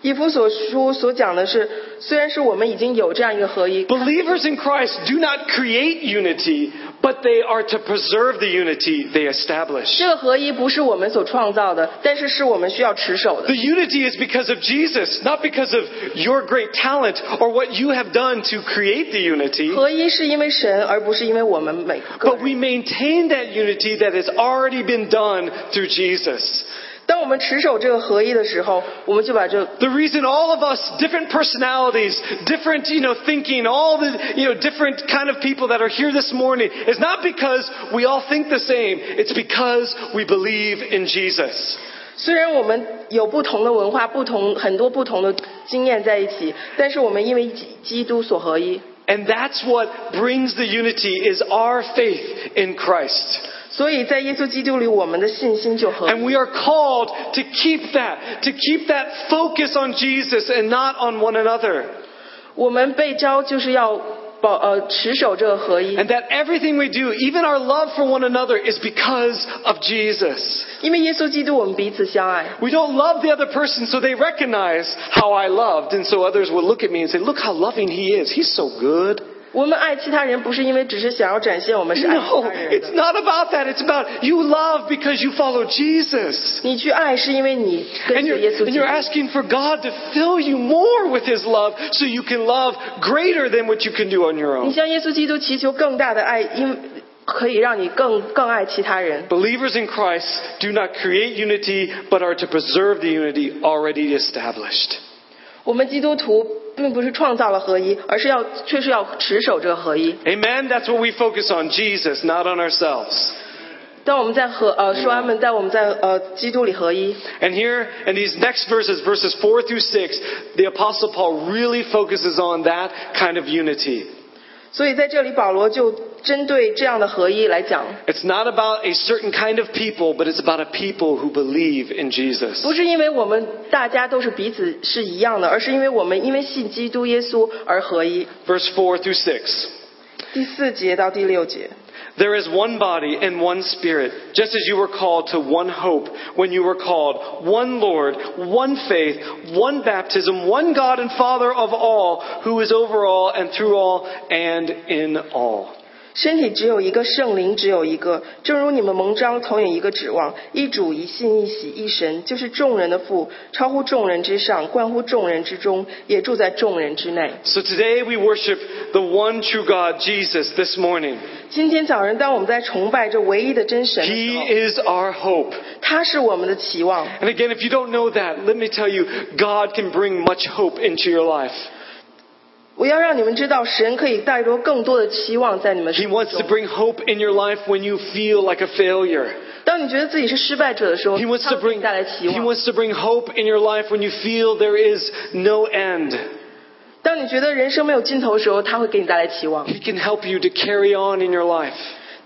[SPEAKER 3] 以弗所书所讲的是，虽然是我们已经有这样一个合一，
[SPEAKER 2] Believers in Christ do not create unity, but they are to preserve the unity they establish.
[SPEAKER 3] 这个合一不是我们所创造的，但是是我们需要持守的
[SPEAKER 2] The。unity is because of Jesus, not because of your great talent or what you have done to create the unity.
[SPEAKER 3] 合一是因为神，而不是因为我们每个
[SPEAKER 2] But
[SPEAKER 3] 人。
[SPEAKER 2] we maintain that unity that has already been done through Jesus.
[SPEAKER 3] 当我们持守这个合一的时候，我们就把这
[SPEAKER 2] The reason all of us, different personalities, different, you know, thinking, all the, you know, different kind of people that are here this morning is not because we all think the same. It's because we believe in Jesus.
[SPEAKER 3] 虽然我们有不同的文化、不同很多不同的经验在一起，但是我们因为基基督所合一，
[SPEAKER 2] And that's what brings the unity is our faith in Christ.
[SPEAKER 3] 所以在耶稣基督里，我们的信心就合一。
[SPEAKER 2] And we are called to keep that, to keep that focus on Jesus and not on one another.
[SPEAKER 3] 我们被招就是要保呃持守这个合一，
[SPEAKER 2] And that everything we do, even our love for one another, is because of Jesus.
[SPEAKER 3] 因为耶稣基督我们彼此相爱。
[SPEAKER 2] We don't love the other person so they recognize how I loved. And so others will look at me and say, look how loving he is. He's so good.
[SPEAKER 3] 我们爱其他人不是因为只是想要展现我们是爱
[SPEAKER 2] No,
[SPEAKER 3] 其他人
[SPEAKER 2] it's
[SPEAKER 3] 的，
[SPEAKER 2] not about that. It's about you love because you follow Jesus.
[SPEAKER 3] 你去爱是因为你
[SPEAKER 2] And
[SPEAKER 3] 跟
[SPEAKER 2] you're,
[SPEAKER 3] 随耶稣
[SPEAKER 2] and
[SPEAKER 3] 基
[SPEAKER 2] you're。
[SPEAKER 3] 督
[SPEAKER 2] asking for God to fill you more with His love so you can love greater than what you can do on your
[SPEAKER 3] 你
[SPEAKER 2] own.
[SPEAKER 3] 向耶稣基督祈求更大的爱，因可以让你更更爱其他人。
[SPEAKER 2] Believers in Christ do not create unity, but are to preserve the unity already established.
[SPEAKER 3] 我们基督徒并不是创造了合一，而是要却是要持守这个合一。
[SPEAKER 2] Amen? That's what we focus on Jesus, not on ourselves.
[SPEAKER 3] 当我们在合呃说阿门，在我们在呃基督里合一。
[SPEAKER 2] And here, in these next verses, verses 4 through 6, the Apostle Paul really focuses on that kind of unity.
[SPEAKER 3] 所以在这里，保罗就针对这样的合一来讲，
[SPEAKER 2] It's not about a certain kind of people, but it's about a people who believe in Jesus.
[SPEAKER 3] 不是因为我们大家都是彼此是一样的，而是因为我们因为信基督耶稣而合一。
[SPEAKER 2] Verse 4 through 6.
[SPEAKER 3] 第四节到第六节，
[SPEAKER 2] There is one body and one spirit, just as you were called to one hope when you were called, one Lord, one faith, one baptism, one God and Father of all, who is over all and through all and in all.
[SPEAKER 3] 身体只有一个，圣灵只有一个，正如你们蒙召同有一个指望，一主一信一喜一神，就是众人的父，超乎众人之上，冠乎众人之中，也住在众人之内。
[SPEAKER 2] So today we worship the one true God, Jesus, this morning.
[SPEAKER 3] 今天早上，当我们在崇拜这唯一的真神的时
[SPEAKER 2] He
[SPEAKER 3] 候，
[SPEAKER 2] is our hope.
[SPEAKER 3] 他是我们的期望。
[SPEAKER 2] And again, if you don't know that, let me tell you, God can bring much hope into your life.
[SPEAKER 3] 我要让你们知道，神可以带着更多的期望在你们
[SPEAKER 2] He
[SPEAKER 3] 身上。
[SPEAKER 2] wants to bring hope in your life when you feel like a failure.
[SPEAKER 3] 当你觉得自己是失败者的时候，
[SPEAKER 2] He wants
[SPEAKER 3] 他
[SPEAKER 2] to
[SPEAKER 3] 会
[SPEAKER 2] bring
[SPEAKER 3] 给你带来期
[SPEAKER 2] He
[SPEAKER 3] 望。
[SPEAKER 2] wants to bring hope in your life when you feel there is no end.
[SPEAKER 3] 当你觉得人生没有尽头的时候，他会给你带来期望。
[SPEAKER 2] He can help you to carry on in your life.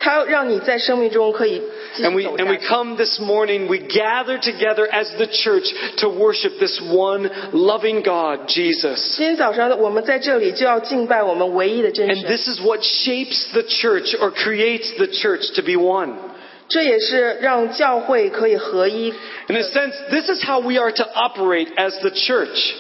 [SPEAKER 3] 他让你在生命中可以继
[SPEAKER 2] And
[SPEAKER 3] 续
[SPEAKER 2] we
[SPEAKER 3] 走
[SPEAKER 2] and
[SPEAKER 3] 下
[SPEAKER 2] we
[SPEAKER 3] 去。
[SPEAKER 2] come this morning, we gather together as the church to worship this one loving God, Jesus.
[SPEAKER 3] 今天早上，我们在这里就要敬拜我们唯一的真
[SPEAKER 2] And
[SPEAKER 3] 神，
[SPEAKER 2] this is what shapes the church or creates the church to be one.
[SPEAKER 3] 这也是让教会可以合一。
[SPEAKER 2] In a sense, this is how we are to operate as the church.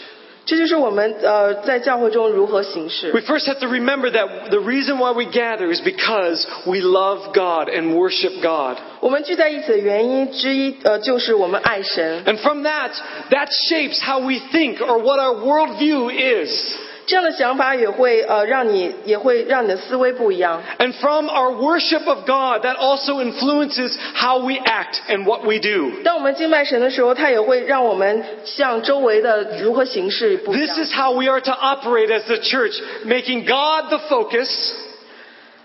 [SPEAKER 3] 这就是我们呃在教会中如何行事。
[SPEAKER 2] We first have to remember that the reason why we gather is because we love God and worship God.
[SPEAKER 3] 我们聚在一起的原因之一，呃，就是我们爱神。
[SPEAKER 2] And from that, that shapes how we think or what our worldview is.
[SPEAKER 3] 这样的想法也会呃让你也会让你的思维不一样。
[SPEAKER 2] And from our worship of God, that also influences how we act and what we do.
[SPEAKER 3] 当我们敬拜神的时候，它也会让我们向周围的如何行事不一
[SPEAKER 2] This
[SPEAKER 3] 样。
[SPEAKER 2] is how we are to operate as the church, making God the focus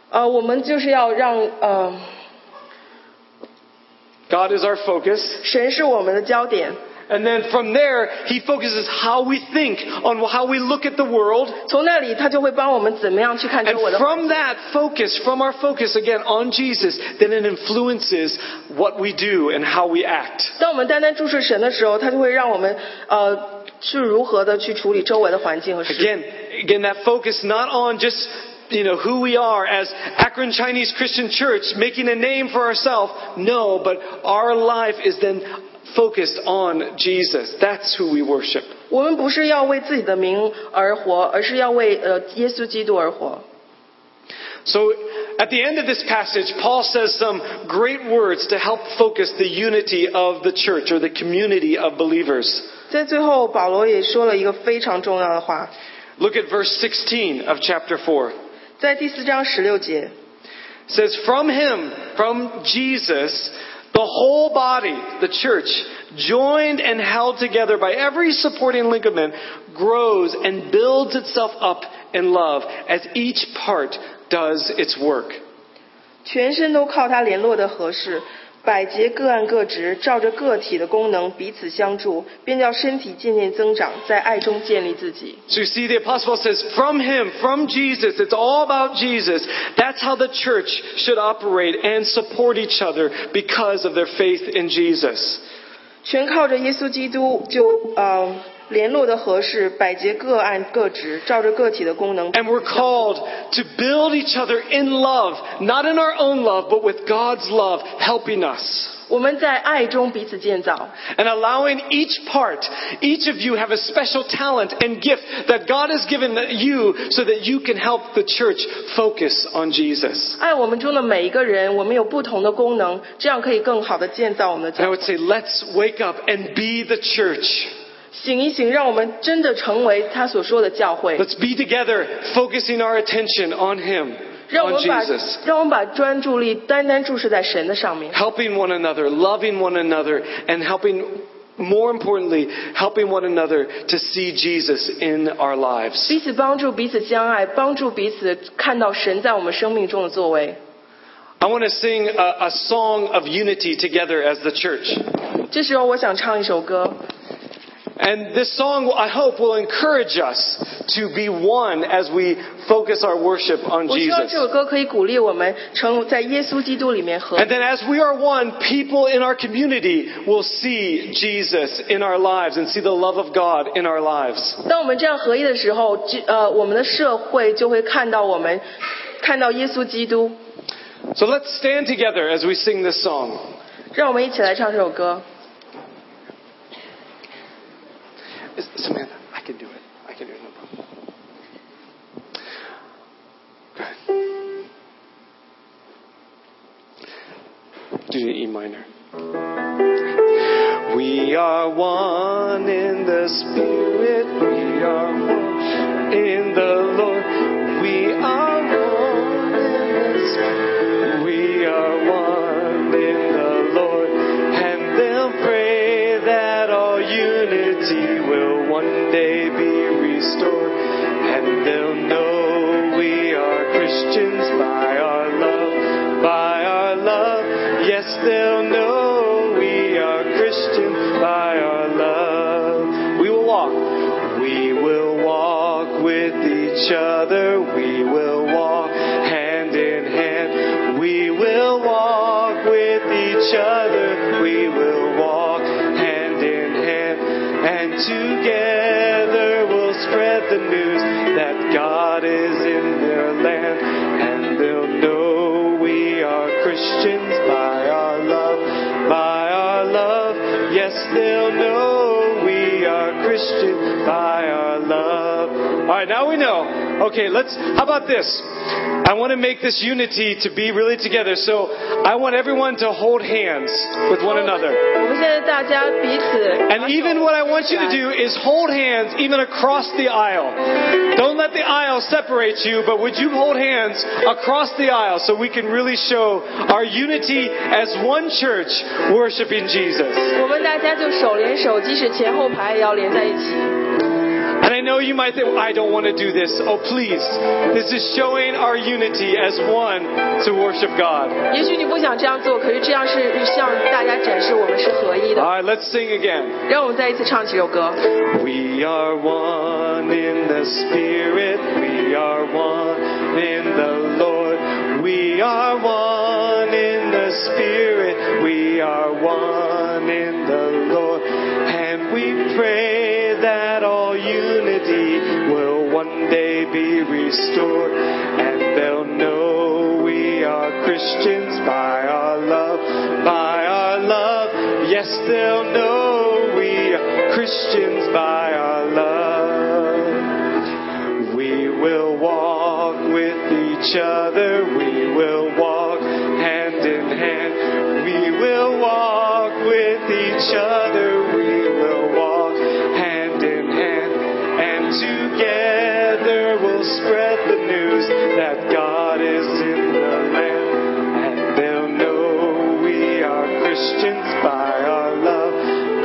[SPEAKER 3] 呃，我们就是要让呃
[SPEAKER 2] God is our focus.
[SPEAKER 3] 神是我们的焦点，
[SPEAKER 2] And then from there, He focuses how we think on how we look at the world.
[SPEAKER 3] 从那里他就会帮我们怎么样去看
[SPEAKER 2] And
[SPEAKER 3] 周围的环境
[SPEAKER 2] from that focus, from our focus again on Jesus, then it influences what we do and how we act.
[SPEAKER 3] 当我们单单注视神的时候，他就会让我们呃去如何的去处理周围的环境和事。
[SPEAKER 2] Again, again, that focus not on just you know who we are as Akron Chinese Christian Church, making a name for ourselves. No, but our life is then focused on Jesus. That's who we worship.
[SPEAKER 3] 我们不是要为自己的名而活，而是要为呃耶稣基督而活。
[SPEAKER 2] So at the end of this passage, Paul says some great words to help focus the unity of the church or the community of believers.
[SPEAKER 3] 在最后，保罗也说了一个非常重要的话，
[SPEAKER 2] Look at verse 16 of chapter 4. It
[SPEAKER 3] 在第四章十六节，
[SPEAKER 2] says, From him, from Jesus, the whole body, the church, joined and held together by every supporting ligament, grows and builds itself up in love as each part does its work.
[SPEAKER 3] 全身都靠它联络的合适，百节各按各职，照着个体的功能彼此相助，便叫身体渐渐增长，在爱中建立自己。
[SPEAKER 2] So you see, the apostle Paul says, from him, from Jesus, it's all about Jesus. That's how the church should operate and support each other because of their faith in Jesus.
[SPEAKER 3] 全靠着耶稣基督就呃联络的合适，百节各按各职，照着个体的功能。
[SPEAKER 2] And we're called to build each other in love, not in our own love, but with God's love helping us.
[SPEAKER 3] 我们在爱中彼此建造，
[SPEAKER 2] And allowing each part, each of you have a special talent and gift that God has given you so that you can help the church focus on Jesus.
[SPEAKER 3] 爱我们中的每一个人，我们有不同的功能，这样可以更好的建造我们的
[SPEAKER 2] And
[SPEAKER 3] 家
[SPEAKER 2] I。would say, let's wake up and be the church.
[SPEAKER 3] 醒一醒，让我们真的成为他所说的教会。
[SPEAKER 2] Let's be together, focusing our attention on Him,
[SPEAKER 3] 让我
[SPEAKER 2] on
[SPEAKER 3] 们把
[SPEAKER 2] Jesus,
[SPEAKER 3] 让我们把专注力单单注视在神的上面，
[SPEAKER 2] helping one another, loving one another, and helping, more importantly, helping one another to see Jesus in our lives.
[SPEAKER 3] 彼此帮助，彼此相爱，帮助彼此看到神在我们生命中的作为。
[SPEAKER 2] I want to sing a, a song of unity together as the church.
[SPEAKER 3] 这时候，我想唱一首歌，
[SPEAKER 2] And this song, I hope, will encourage us to be one as we focus our worship on
[SPEAKER 3] 我希望
[SPEAKER 2] Jesus.
[SPEAKER 3] 这首歌可以鼓励我们成在耶稣基督里面合。
[SPEAKER 2] And then as we are one, people in our community will see Jesus in our lives and see the love of God in our lives.
[SPEAKER 3] 当我们这样合一的时候，这呃，我们的社会就会看到我们看到耶稣基督。
[SPEAKER 2] So let's stand together as we sing this song.
[SPEAKER 3] 让我们一起来唱这首歌。
[SPEAKER 2] Is- Samantha, I can do it. I can do it, no problem. Good. Do the E minor. We are one in the Spirit. We are one in the Lord. We are one in the Spirit. We are one in the Lord. And they'll pray that all unity will one day be restored. And they'll know we are Christians by our love, by our love. Yes, they'll know we are Christian by our love. We will walk. We will walk with each other. We will walk hand in hand. We will walk with each other. We will walk hand in hand. And together we'll spread the news that God is in their land. And they'll know we are Christians by our love, by our love. Yes, they'll know we are Christian by our love. All right, now we know. Okay, let's. How about this? I want to make this unity to be really together. So I want everyone to hold hands with one another.
[SPEAKER 3] 我们现在大家彼此
[SPEAKER 2] And even what I want you to do is hold hands even across the aisle. Don't let the aisle separate you, but would you hold hands across the aisle so we can really show our unity as one church worshiping Jesus?
[SPEAKER 3] 我们大家就手连手，即使前后排也要连在一起。
[SPEAKER 2] And I know you might think, I don't want to do this. Oh, please. This is showing our unity as one to worship God.
[SPEAKER 3] 也许你不想这样做，可是这样是向大家展示我们是合一
[SPEAKER 2] All
[SPEAKER 3] 的。
[SPEAKER 2] right, let's sing again.
[SPEAKER 3] 让我们再一次唱几首歌。
[SPEAKER 2] We are one in the Spirit. We are one in the Lord. We are one in the Spirit. We are one in the Lord. And we pray that all unity will one day be restored. And they'll know we are Christians by our love, by our love. Yes, they'll know we are Christians by our love. We will walk with each other. We will walk hand in hand. We will walk with each other. We will walk hand in hand. And together we'll spread the news that God is in the land. And they'll know we are Christians by our love,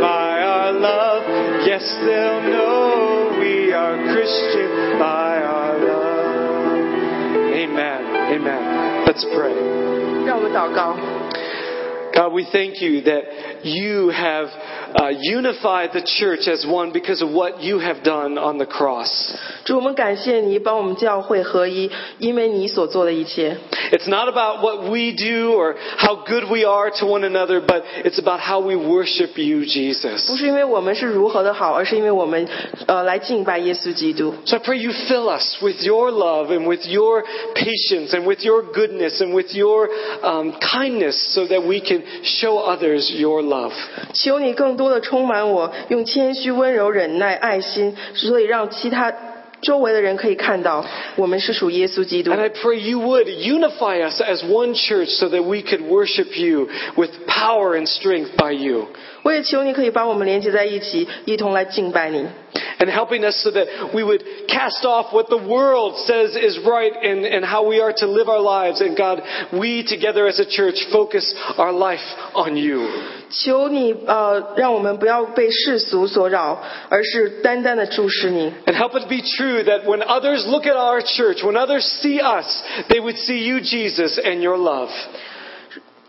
[SPEAKER 2] by our love. Yes, they'll know we are Christians by our love. Amen. Amen. Let's pray.
[SPEAKER 3] 让我们祷告，
[SPEAKER 2] God, we thank you that you have uh, unified the church as one because of what you have done on the cross.
[SPEAKER 3] 主，我们感谢你帮我们教会合一，因为你所做的一切，
[SPEAKER 2] It's not about what we do or how good we are to one another, but it's about how we worship you,
[SPEAKER 3] 不
[SPEAKER 2] Jesus.
[SPEAKER 3] 是因为我们是如何的好，而是因为我们呃来敬拜耶稣基督。
[SPEAKER 2] So I pray you fill us with your love and with your patience and with your goodness and with your um, kindness so that we can show others your love.
[SPEAKER 3] 求你更多的充满我，用谦虚、温柔、忍耐、爱心，所以让其他周围的人可以看到我们是属耶稣基督
[SPEAKER 2] And。I pray you would unify us as one church so that we could worship you with power and strength by you.
[SPEAKER 3] 我也求你可以把我们连接在一起，一同来敬拜你。
[SPEAKER 2] And helping us so that we would cast off what the world says is right and, and how we are to live our lives. And God, we together as a church focus our life on you.
[SPEAKER 3] 求你呃，让我们不要被世俗所扰，而是单单的注视你。
[SPEAKER 2] And help it be true that when others look at our church, when others see us, they would see you, Jesus, and your love.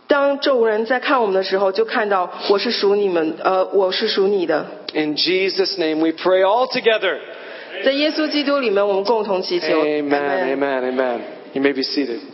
[SPEAKER 3] 当众人在看我们的时候，就看到我是属你们，呃，我是属你的。
[SPEAKER 2] In Jesus' name we pray all together.
[SPEAKER 3] 在耶稣基督里面，我们共同祈求。
[SPEAKER 2] Amen, amen, amen. You may be seated.